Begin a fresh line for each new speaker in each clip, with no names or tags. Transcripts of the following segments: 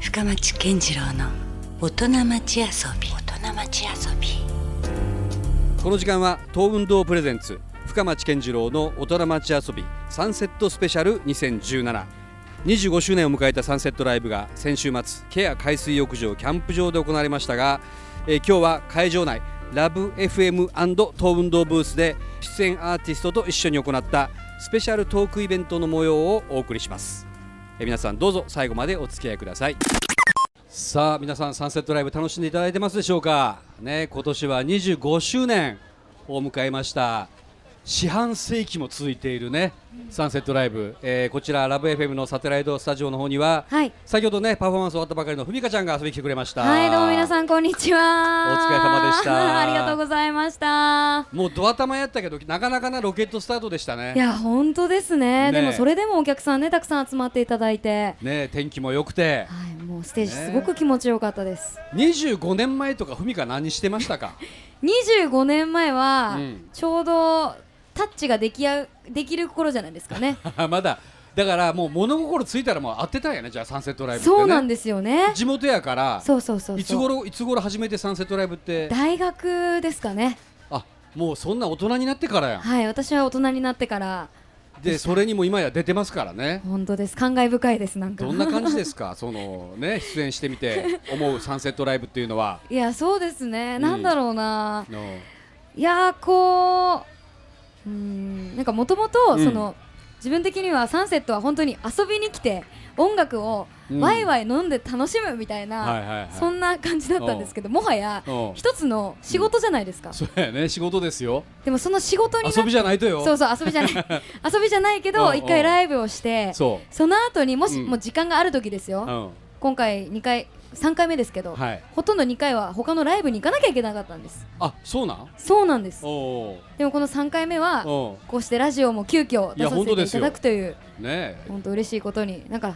深町健次郎の大人町遊び大人町遊び
この時間は東運動プレゼンツ深町健次郎の大人町遊びサンセットスペシャル2017 25周年を迎えたサンセットライブが先週末ケア海水浴場キャンプ場で行われましたが、えー今日は会場内ラブ FM& 東運動ブースで出演アーティストと一緒に行ったスペシャルトークイベントの模様をお送りします、えー皆さんどうぞ最後までお付き合いくださいさあ皆さんサンセットライブ楽しんでいただいてますでしょうかね今年は25周年を迎えました四半世紀も続いているねサンセットライブ、えーこちらラブ f m のサテライトスタジオの方には、
はい
先ほどねパフォーマンス終わったばかりのふみかちゃんが遊びに来てくれました
はい、どうも皆さん、こんにちは。
お疲れ様でした
ありがとうございました。
もうドア玉やったけどなかなかなロケットスタートでした
い
ね
や、本当ですね。
ね
でも、それでもお客さんね、たくさん集まっていただいて。
ね天気も良くて
はい、もうステージ
ね
すごく気持ちよかったです。
25年前とかふみか何してましたか
25年前は、
うん
ちょうどタッチができやできる頃じゃないで すかね。
まだだからもう物心ついたらもう当てたんやねじゃあサンセットライブって、ね、
そうなんですよね。
地元やから
そうそうそうそう。
いつ頃いつ頃初めてサンセットライブって
大学ですかね。
あもうそんな大人になってからやん
はい、私は大人になってから、
でそれにも今や出てますからね
本当です。感慨深いです。なんか。
どんな感じですか そのね出演してみて思うサンセットライブっていうの は、
いや、そうですね。
ん
なんだろうな。
の
いやーこううーんなんかもともと
うん
その、自分的にはサンセットは本当に遊びに来て音楽を
うん
ワイワイ飲んで楽しむみたいな、
はいはいはい
そんな感じだったんですけどもはや
うん
一つの仕事じゃないですか、
そうやね仕事ですよ
でもその仕事にな
遊びじゃないとよ
そうそう遊びじゃな い遊びじゃないけ
うんう
ど
ん
一回ライブをして
そ
その後にもし、
うん
もう時間がある時ですよ、
ううん
今回2回3回目ですけど、
はい
ほとんど2回は他のライブに行かなきゃいけなかったんです
あそうなん
そうなんです
お
でもこの3回目は
お
こうしてラジオも急遽出させていただくという
ね
本当嬉しいことになんか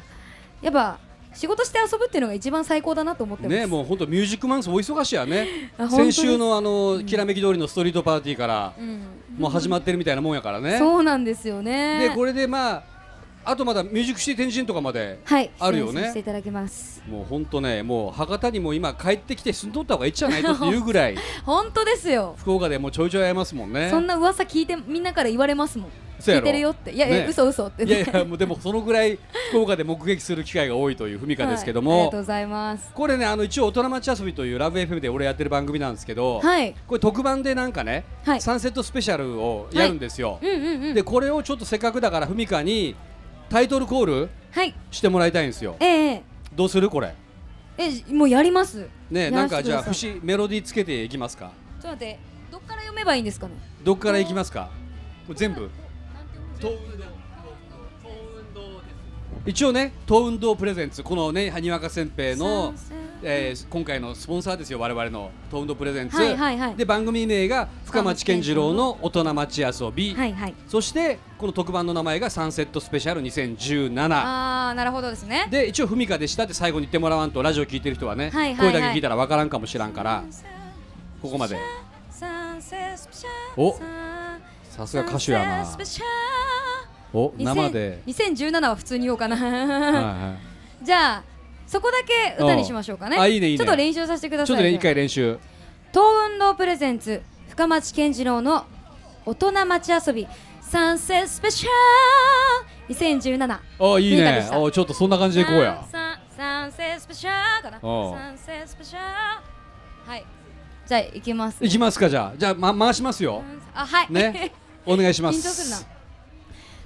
やっぱ仕事して遊ぶっていうのが一番最高だなと思って
え
ます
ねえもう本当ミュージックマンスお忙しいやね
あ本当
先
です
週のあのきらめき通りのストリートパーティーから
うん
もう始まってるみたいなもんやからね
そうなんですよ
で
ね
これでまああとまだミュージックシティ天神とかまで
はい
あるよね
出演させていただきます
もう本当ね、もう博多にも今帰ってきて住んどった方がいいんじゃないとっていうぐ らい
本当ですよ
福岡でもうちょいちょい会えますもんね。
そんな噂聞いてみんなから言われますもん
そうや
聞い
ろ
てるよっていやい
ね
や嘘嘘って
いやいやもうでもそのぐらい福岡で目撃する機会が多いというふみかですけど
はいあり
も、
がとうございます
これねあの一応大人町遊びというラブ FM で俺やってる番組なんですけど、
はい
これ特番でなんかね、
はい
サンセットスペシャルをやるんですよ。
うんうんうん
でこれをちょっとせっかくだからふみかにタイトルコール
はい
してもらいたいんですよ。
ええ
どうするこれ？
えええもうやります
ね
や
な
ら
ん
せ
か
て
じゃあ
ください
節メロディーつけていきますか。
ちょっと待ってどっから読めばいいんですかね
どっから行きますか。もう全部。一応ね、東運動プレゼンツ、このね、はにわかせんべいの。えー今回のスポンサーですよ、我々の東運動プレゼンツ。
はいはいはい
で、番組名が深町健次郎の大人町遊び。
はいはい
そして、この特番の名前がサンセットスペシャル2017。
ああなるほどですね
で、一応ふみかでしたって最後に言ってもらわんと、ラジオ聞いてる人はね、
はいはいはい
声だけ聞いたらわからんかもしらんから。ここまで。おさ
さ
すが歌手やな。お、生で。
2017は普通に言おうか
はい
な
はい
じゃあそこだけ歌にしましょうかね
うんあいいねいいね
ちょっと練習させてくだ
ち
さ
ょっ
い
とね一回練習。
東運動プレゼンツ深町健次郎の大人町遊びサンセスペシャル2017
あいい
いい感じで
ね
し。た
あちょっとそんな感じでいこうや。
サンサンセスペシャルかな
おう
サンセスペシャルはいじゃあ行きます
いきますかじゃあじゃあ、ま、回しますよ。
あはい
ねお願いします。
緊張するな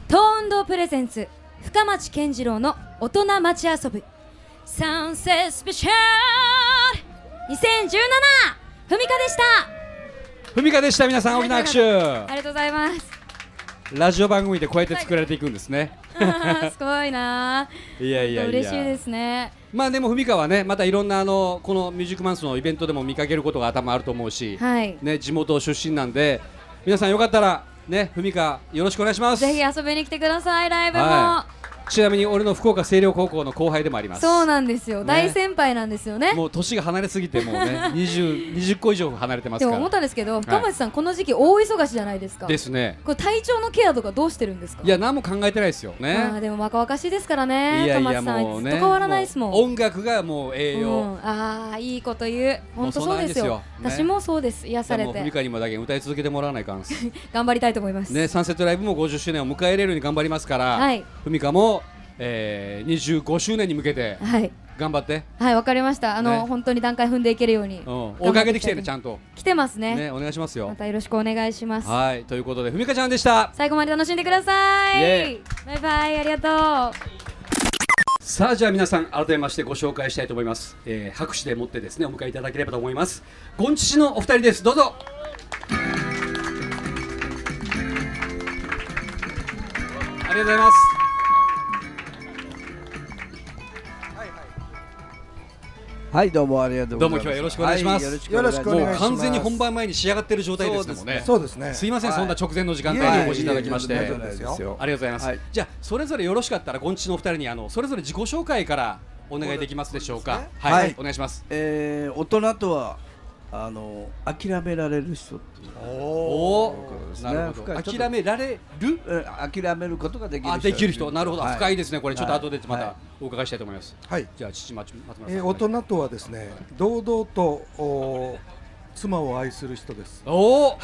東運動プレゼンツ深町健次郎の大人町遊ぶサンセスペシャル2017ふみかでした
ふみかでした皆さん大きな
あ
拍
りがとうございます
手。ラジオ番組でこうやって作られていくんですね。
すごいない
やい
い
やいや。
嬉しいですね
まあでもふみかはねまたいろんなあのこのミュージックマンスのイベントでも見かけることが頭あると思うし、
はい
ね地元出身なんで皆さんよかったらねふみかよろしくお願いします。
ぜひ遊びに来てくださいライブも、
はちなみに俺の福岡星稜高校の後輩でもあります
そうなんですよ、
ね
大先輩なんですよね
もう年が離れすぎてもうね 20, 20個以上離れてます
で
か
も思った
ら
んですけど深町さん、この時期大忙しじゃないですか
ですね
これ体調のケアとかどうしてるんですか
いや何も考えてないですよね、
まあでも若々しいですからね
いやい
深
や
町さん
もう
ず
ね
っと変わらないですもん
う音楽がもう栄養、
うん、ああいいこと言う本当
もうそう
そう
なん
で
です
す
よ
よ
ね
私もそうです癒され
もう文
て
川にもだけ歌い続けてもらわないかんっす
頑張りたいと思います、
ねサンセットライブも50周年を迎えれるように頑張りますから、
はい
文川も、えー、25周年に向けて
はい
頑張って、
はいわかりましたあの、
ね
本当に段階踏んでいけるよう
う
に
ん、追
頑
い
張
か
って
け
い
て
き
き
たい
てねちゃんと
来てますね
ねお願いします
ま
よ
たよろしくお願いします
はいということで文川ちゃんでした
最後まで楽しんでくださ
イ
い
エ
バイバイありがとう
さあじゃあ皆さん改めましてご紹介したいと思います、えー、拍手でもってですねお迎えいただければと思いますゴンチシのお二人ですどうぞありがとうございます
はいどうもありがとうございま
どうも今
す
日はよろしくお願いします
はよろしくお
もう
願いします
完全に本番前に仕上がってる状態ですねもうね
そうですね
すいません、
は
そんな直前の時間帯に
は
お
い
越しいただきまして
いえ
あ
いえ
り
と
が
んで
と
もないですよ
うございます、
はい
じゃあそれぞれよろしかったらゴンチシのお二人にあのそれぞれ自己紹介からお願いできますでしょうか
そうですね
はい、
はい
お願いします
えー、大人とはあの諦められる人っていう
お
そうです
ー
ね
なるほ
深
ど
いちょっと
諦められる
えー諦めることができる
あ
人
できる人、なるほど、
は
深いですね、これ、ちょっと後でま
は
たお伺いしたいと思います。
はい、
じゃあ、父町松村さん。
えー、大人とはですね堂々とお妻を愛する人です
おお こ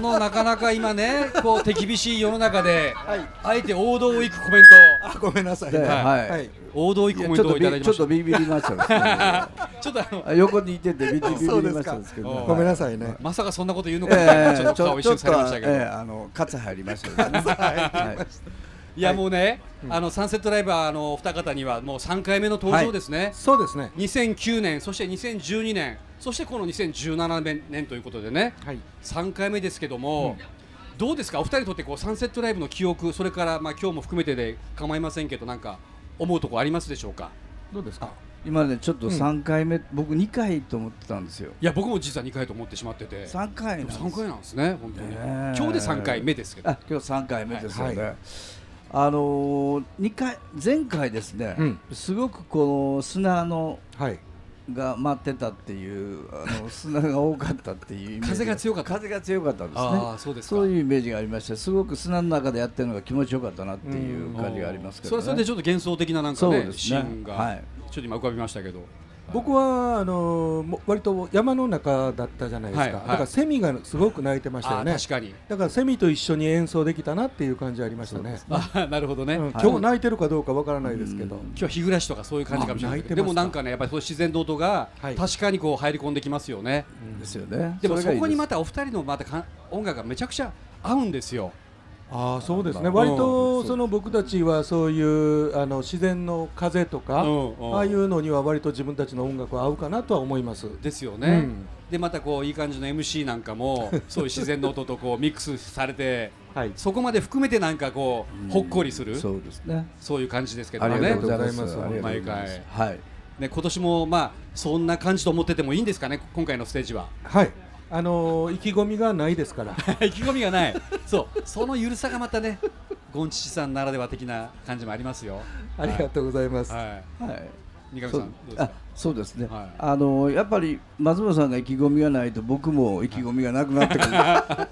のなかなか今ね、こう手厳しい世の中で、あえて王道を行くコメント、
あごめんなさい
で
ね
は、
はいい、
はい
王道を行く
や
コメン
ちょ
ト
っと
をいただ
び
き
ちょ
ま
っ
した
と。ビビりましたですね
ちょっとあの
あ横にいててビビビビ
そう
り
で
ますした
か
ですけ
お
ど
ごめんなさいね
まさかそんなこと言うの
え
かなって、ちょ
ー
っと顔一瞬されましたけど。
えーあの喝入りました ね。はい
いや、もうね、あのサンセットライバーのお二方には、もう3回目の登場ですね。
そうですね
2009年、そして2012年、そしてこの2017年年ということでね、
はい
3回目ですけども、どうですか、お二人にとってこうサンセットライブの記憶、それからまあ今日も含めてで構いませんけど、なんか思うとこありますでしょうか。
どうですか
今ねちょっと三回目、僕二回と思ってたんですよ。
いや、僕も実は2回と思ってしまってて、
三回
でも
なんです
3回なんですね、本当に。
ね
今日で3回目ですけど、
あ今日三回目ですよね。
は
あのー二回前回ですね、
うん
すごくこの砂の
はい
が待ってたっていうあ の砂が多かったっていうイメージ
風が強かった
風が強かったんですね
あーそうですか
そういうイメージがありましてすごく砂の中でやってるのが気持ちよかったなっていう感じがありますけど、
それは
ね、
それでちょっと幻想的ななんか
そう
ね
ですね
シーンが、
はい
ちょっと今浮かびましたけど、
僕はあのーも割と山の中だったじゃないです
は
か、
いはい
だからセミがすごく鳴いてました
あ
よ
ー
ね
確かに、
だからセミと一緒に演奏できたなっていう感じありましたね
あーなるほどね。
うん、
は
今
い
日泣いてるかどうかわからないですけど、
今日は日暮らしとかそういう感じかもしれないけど
あ
で
泣いてま
も
すか
なんかねやっぱりそういう自然の音が
はい
確かにこう入り込んできますよね、
ですよね
でも
れが
そ
いい
こに
です
またお二人のまたかん音楽がめちゃくちゃ合うんですよ
ああそうですね
うん
割とその僕たちはそういうあの自然の風とか、
うんうん
ああいうのには割と自分たちの音楽は合うかなとは思います
ですよね、
うん
でまたこういい感じの MC なんかもそういう自然の音とこうミックスされて
はい
そこまで含めてなんかこうほっこりするそ
そううですね
いう感じですけど
あ
も
りが
ね
とうございます。
あ
が
り
とうございます
はい。
ね今年もまあそんな感じと思っててもいいんですかね今回のステージは
はいあのー意気込みがないですから
意気込みがない そうそのゆるさがまたねゴンチシさんならでは的な感じもありますよ
ありがとうございます、
はい
はい。
三上さん
そう
どうです
あ
か
そうですね、
はい
あのやっぱり松本さんが意気込みがないと僕も意気込みがなくなってくる、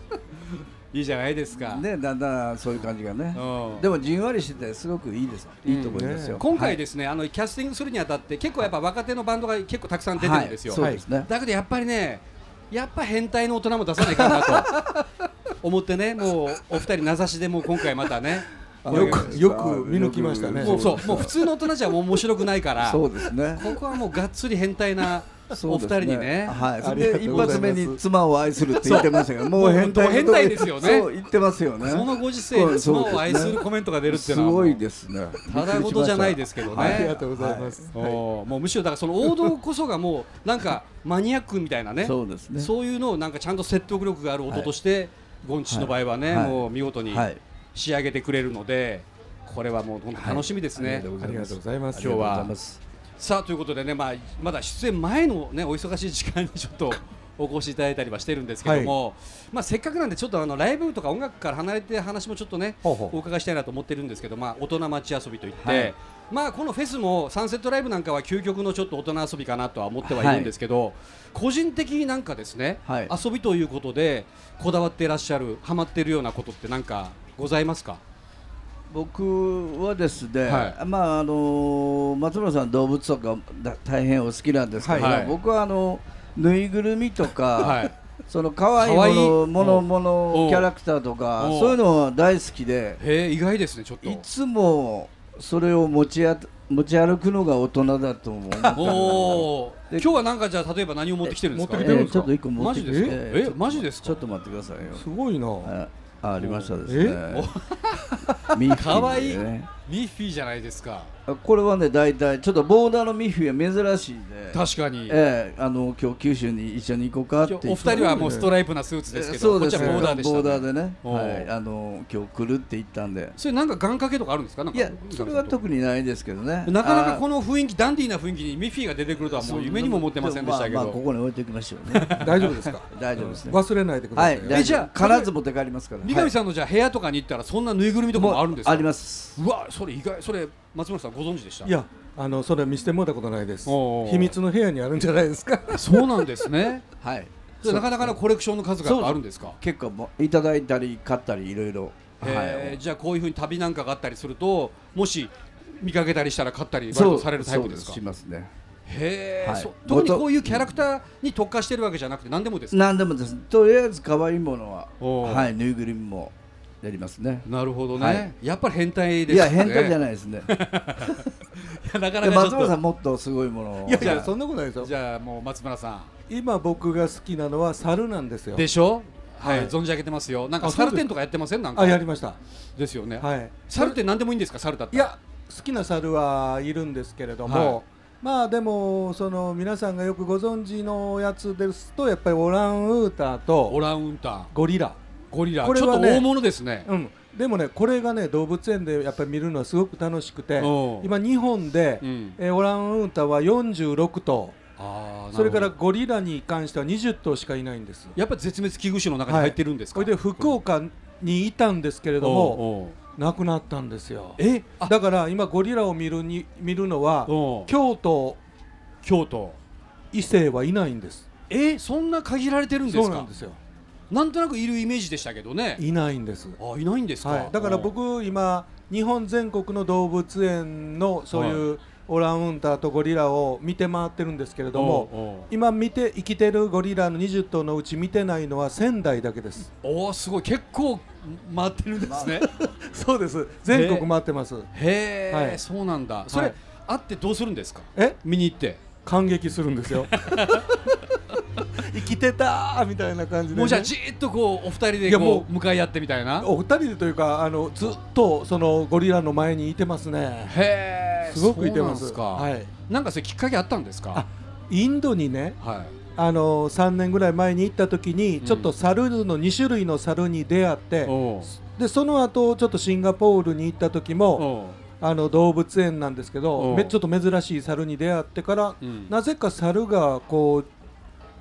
いいじゃないですか、
ね、だんだんそういう感じがね
うん
でもじんわりしててすごくいいですいいと思いますよ、
今回ですね、あのキャスティングするにあたって結構やっぱ若手のバンドが結構たくさん出てるんですよ、
はいそうですね
だけどやっぱりねやっぱ変態の大人も出さないかな と思ってねもうお二人名指しでもう今回またね
よくよく見抜きましたね
もうそうもう普通の大人じゃもう面白くないから
そうですね
ここはもうがっつり変態な
そ
お
う
二
です
人にね
はい、そ
あり
れで
がと
一
うござ
発
います
目に妻を愛するって言ってましたけどもう変態
もう変態ですよね
そう言ってますよね
このご時世に妻を愛するコメントが出るっていうのはも
す
う
ごいですね
ただ事じゃないですすけどね、
は
ありがとうございます、
おーもうむしろだからその王道こそがもうなんかマニアックみたいなね
そうですね
そういうのをなんかちゃんと説得力がある音として、ゴンチの場合はね、
はい
もう見事に
はい
仕上げてくれるので、これはもう本当楽しみですね、
ありがとうございます
今日は
ありがとうございます
さあということでね、まあ、まだ出演前のねお忙しい時間にちょっとお越しいただいたりはしてるんですけども、まあ、せっかくなんでちょっとあのライブとか音楽から離れて話もちょっとね
ほうほう
お伺いしたいなと思ってるんですけど、まあ、大人町遊びといって、
はい
まあ、このフェスもサンセットライブなんかは究極のちょっと大人遊びかなとは思ってはいるんですけど、個人的になんかですね、
はい
遊びということでこだわっていらっしゃるハマっているようなことってなんかございますか
僕はですね、
は
まああの松村さん動物とかだ大変お好きなんですけど、
はい
僕はあのぬいぐるみとか、
はい
その可愛い
可愛い
ものも
お
の
う
も
お
の
う
キャラクターとか
おう
そういうのは大好きで
へえ意外ですねちょっと
いつもそれを持ちあ持ち歩くのが大人だと思う。
おお今日はなんかじゃあ例えば何を持ってきてるんですか
持ってきて
え
る
ーちょっと一個持ってきて
マジですかえ
ちょっと
マジですか
ちょっと待ってくださいよ
すごいな。
ああありましたですねミッフィーでね
かわいいミッフィーじゃないですか
あこれはね大体ちょっとボーダーのミッフィーは珍しいんで
確かに、
ええあの今日九州に一緒に行こうかって
今日お二人はもうストライプなスーツですけ
そ
ど、
う
こっ
で
ち
す
はボーダーでした、ね、
ボーダーでね
おう
はいあの今日来るって言ったんで
それなんか願掛けとかあるんですかなん
い
か
やそれは特にないですけどね
なかなか
あ
この雰囲気ダンディーな雰囲気にミッフィーが出てくるとはもう夢にも思ってませんでしたけど、
まあまあここに置いておきましょ うね
大丈夫ですか。
大丈夫ですね
忘れないでくだ
は
さ
い
い
大
ね。
丈夫
えじゃあ
必ず持って帰りますから
三上さんのじゃあ部屋とかに行ったらそんなぬいぐるみとか
はい
もあるんですか
あります
うわそれ意外それ松村さんご存知でした
いや、あの、それ見せてもらったことないです。
おうおう
秘密の部屋にあるんじゃないですか。
そうなんですね
はい
それなかなかのコレクションの数がやっぱあるんですか
結構もいただいたり買ったりいろいろ
へー
はい
じゃあこういうふうに旅なんかがあったりするともし見かけたりしたら買ったり割
そ
と
う
されるタイプですか
そうしますね
へえ、
はい
そう特にこういうキャラクターに特化してるわけじゃなくて何でもですか
何でもですとりあえず可愛いものは
おー
はいぬいぐるみもやりますね
なるほどね、
はい
やっぱり変態です
いや変態じ
な
ゃ
い
ないです ね
やなかな
で
か
松
ちょ
村
っ
さんもっとすごいものを
いやいや、そんなことないです
と
よ
じ。ゃあもう松村さ
今僕が好きなのは猿なんですよ
んで。しょはい、
はい
存じ上げてますよなんか
あそう
サ
です
ルテンとかやってませんなんか
あ、やりました。
ですよね、
はい。
サルテン何でもいいんですかサルだった
い
ら
や好きな猿はいるんですけれど
は
も、まあでもその皆さんがよくご存知のやつですとやっぱりオランウーター
オ
と
ランウータン
ゴリラ、
ゴリラ、
これ
ちょっ
は
と
ね
大物ですね、
うん、でもねこれがね動物園でやっぱり見るのはすごく楽しくて
おう
今日本で、
うん
えーオランウーターは46頭
あーなるほど
それからゴリラに関しては20頭しかいないんです
やっぱ絶滅危惧種の中に入ってるんですか、
これで福岡にいたんですけれども
おうおう
亡くなったんですよ
えあ
だから今ゴリラを見るに見るのは
おう
京都
京都
異性はいないんです
えそんな限られてるんですか
そうなんですよ
なんとなくいるイメージでしたけどね
いないんです、
あいないんですか、
はい、だから
うん
僕今日本全国の動物園のそういうオランウーターとゴリラを見て回ってるんですけれど
おうおう
も今見て生きてるゴリラの20頭のうち見てないのは仙台だけです
おおすごい結構回ってるんですね
そうです全国回ってます
へえ、
はい
そうなんだそれ、
はい
会ってどうするんですか
え
見に行って
感激するんです よ生きてたーみたいな感じでね、
もうじゃあじーっとこうお二人で
や
こ
も
う
う
向かい合ってみたいな
お二人でというかあのずっとそのゴリラの前にいてますね
へえ
すごくいてます
そうなん
は
ですか、
い
なんかそれきっかけあったんですか
あインドにね
は
あの3年ぐらい前に行った時に
ん
ちょっと猿の2種類の猿に出会って
い、おう
でその後ちょっとシンガポールに行った時も
おう
あの動物園なんですけ
お
ど
う
めちょっと珍しい猿に出会ってから、
うん
なぜか猿がこう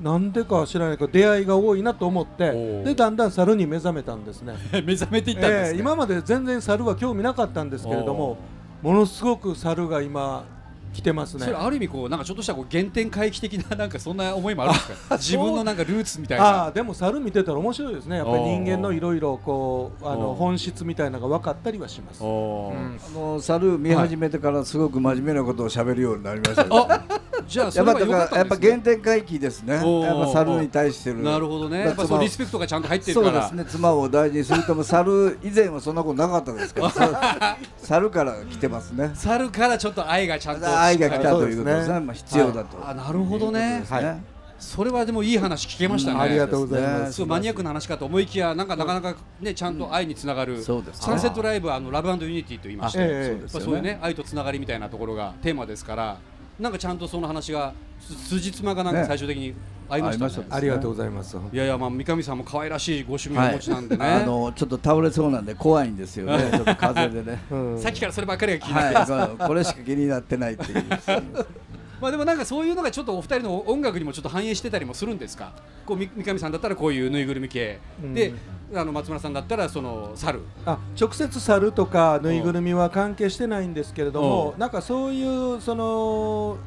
なんでか知らないけど出会いが多いなと思って
おう
でだんだん猿に目覚めたんですね
目覚めていったんです、
え
ね
え今まで全然猿は興味なかったんですけれどもものすごく猿が今来てますね
それある意味こうなんかちょっとしたこう原点回帰的ななんかそんな思いもあるんですか
あ
自分のなんかルーツみたい
ああ
な
でも猿見てたら面白いですねやっぱり人間のいろいろこうあ
お
の
う
本質みたいなのが分かったりはします、
おう
うん
あの猿見始めてからすごく真面目なことを喋るようになりましたね、
あじゃあそ
やっ
れ
ぱ
は
だ
良か
か
っ
らや
た
っ
ん
ぱ
です
原
ね
点回帰ですねや
おー
っぱ猿に対してる
なるほどね
まあ
やっぱそ
妻
の
を
リスペクトがちゃんと入ってる
そ
か
うで
ら
すね妻を大事にするとも猿以前はそんなことなかったですから猿 猿から来てますね
猿からちょっと愛がちゃんと
愛が来た
そう
と
で
い
す
う
ね
ことですねまあ必要だと、
あなるほど
そう
ね
ですね
はい
それはでもいい話聞けましたね
ありがとうございます
そうマニアックな話かと思いきやなんかなかなかねちゃんと愛につながる、
そうですね
サンセットライブはあのラブユニティと言いまして、
ええ
そう
や
で
っ
す
ぱ
よ
そういうね愛とつながりみたいなところがテーマですからなんかちゃんとその話が数日間がなんか
ね
最終的に合いましたね
合いましたね
ありがとうございます、
いやいやまあ三上さんも可愛らしいご趣味をお
は
持ちなんで
い、
ね、
あのちょっと倒れそうなんで怖いんですよ ねちょっと風でね
うん
さっきからそればっかりが気になって、
はいこれしか気になってないっていう
まあでもなんかそういうのがちょっとお二人の音楽にもちょっと反映してたりもするんですかこうみ三上さんだったらこういうぬいぐるみ系、
うん
であの松村さんだったらその猿
あ直接猿とかぬいぐるみは関係してないんですけれども
う
なんかそういうその好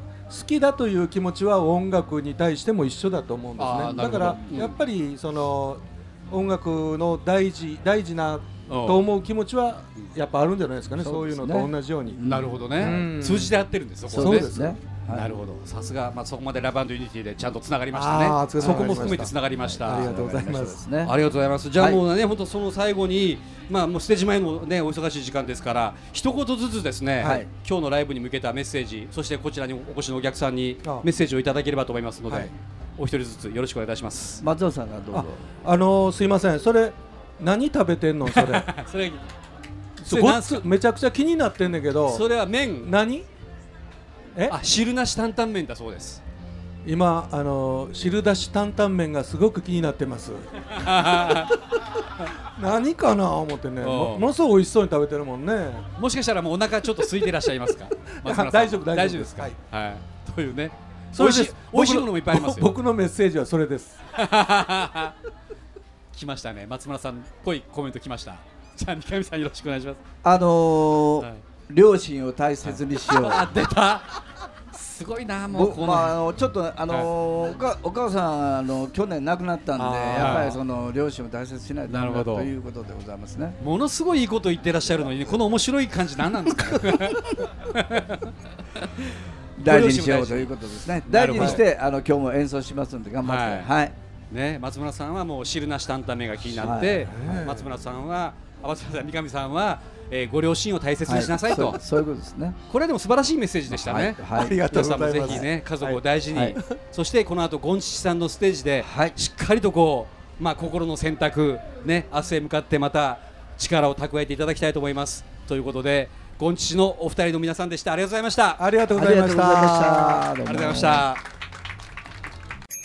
きだという気持ちは音楽に対しても一緒だと思うんで
あーな
すね
る
だ
ほど
から
うん
やっぱりその音楽の大事大事なと思う気持ちはやっぱあるんじゃないですかね
そ
そうう
で
いう
すね
のと同じように
なるほどね、
うん
通じて合ってるんですよこ
そう
こね
ですね。はい
なるほどさすが、まあ、そこまでラブユニティでちゃんとつながりましたね
あーつながりまし
そ
た
こも含めてつながりました、
ありがとうござい
そ
ま
うですすね。
ありがとうございます。じゃあ
はい
もうね、本当その最後に、まあもうステージ前のね、お忙しい時間ですから、一言ずつですね、
はい
今日のライブに向けたメッセージ、そしてこちらにお越しのお客さんに
あ
メッセージをいただければと思いますので、
はい
お一人ずつよろしくお願いします。
松尾さんがどうぞ
あ。あのーすいませんそれ何食べてんのそれ
それ、 そ
そ
れ
ご
なん
っ
す
つ
か
めちゃくちゃ気になってんねんけ
そ
ど
れは麺、
何え
あ汁なし担々麺だそう です。
今あの汁出し担々麺がすごく気になってます何かな思ってねもものすごい美味しそうに食べてるもんね
もしかしたらもうお腹ちょっと空いていらっしゃいますか。松村さん
大丈夫大丈夫
大丈夫ですか。は
はいい。
というね。
そ
美
れ
味
で
しい
す
美味しい
僕
ものもいっぱいありますよ。
ぼ僕のメッセージはそれです
来ましたね松村さんっぽいコメント来ましたじゃあ三上さんよろしくお願いします
あの
はい
ー両親を大切にしよう。
あ出たすごいなもう
僕
この、
まあ、あのちょっとあのーおかお母さんあの去年亡くなったんで
あー
やっぱりその両親を大切にしないとダメ
なる
だ
ほど
ということでございますね。
ものすごいいいこと言ってらっしゃるのに、ね、この面白い感じ何なんですか
大事にしようということですね。
な
大
るほ
事
ど
にしてあの今日も演奏しますんで頑張って。
は
はい。
ね松村さんはもう汁なし担々麺が気になって、松村さんはあ松村さん三上さんは、えーご両親を大切にしなさいと、
はいそうそういうことですね。
これはでも素晴らしいメッセージでしたね、
はいはい
ありがとうございま
皆
す
さんもぜひね家族を大事に、
はい
そしてこの後ゴンチさんのステージで、
はい
しっかりとこうまあ心の選択ね明日へ向かってまた力を蓄えていただきたいと思いますということでゴンチのお二人の皆さんでしたありがとうございましたあ
ありがとうご
あ
ざ
り
い
がと
ま
う
し
ございました
た。
あり
りがとうございました。